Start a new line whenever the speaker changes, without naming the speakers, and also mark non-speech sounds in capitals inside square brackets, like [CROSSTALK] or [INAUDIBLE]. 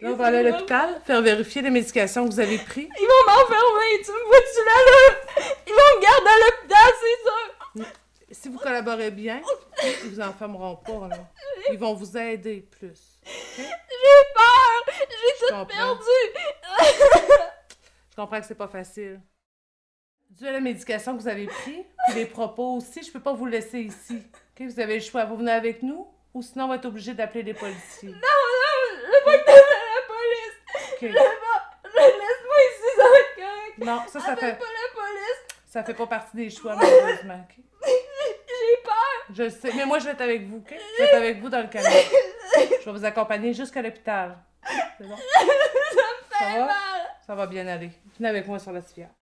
Là, on va aller à l'hôpital, faire vérifier les médications que vous avez prises.
Ils vont m'enfermer, tu me vois-tu là, là? Ils vont me garder à l'hôpital, c'est sûr!
Si vous collaborez bien, ils vous enfermeront pas, là. Ils vont vous aider plus.
J'ai peur! J'ai
Je
tout
comprends.
perdu!
Je comprends que c'est pas facile. Dû à la médication que vous avez prise, puis les propos aussi, je peux pas vous laisser ici. OK? Vous avez le choix, vous venez avec nous, ou sinon on va être obligé d'appeler les policiers.
Non, non, je veux pas que t'appelles la police!
OK?
Je veux pas! Je- Laisse-moi ici, ça va être correct!
Non, ça, ça
Appelle
fait,
pas la police!
ça fait pas partie des choix, malheureusement. OK?
J'ai peur! [LAUGHS]
Je le sais, mais moi, je vais être avec vous, OK? Je vais être avec vous dans le camion. Je vais vous accompagner jusqu'à l'hôpital. C'est bon? Ça
Ça me fait
va?
mal!
Ça va bien aller. Venez avec moi sur la civière.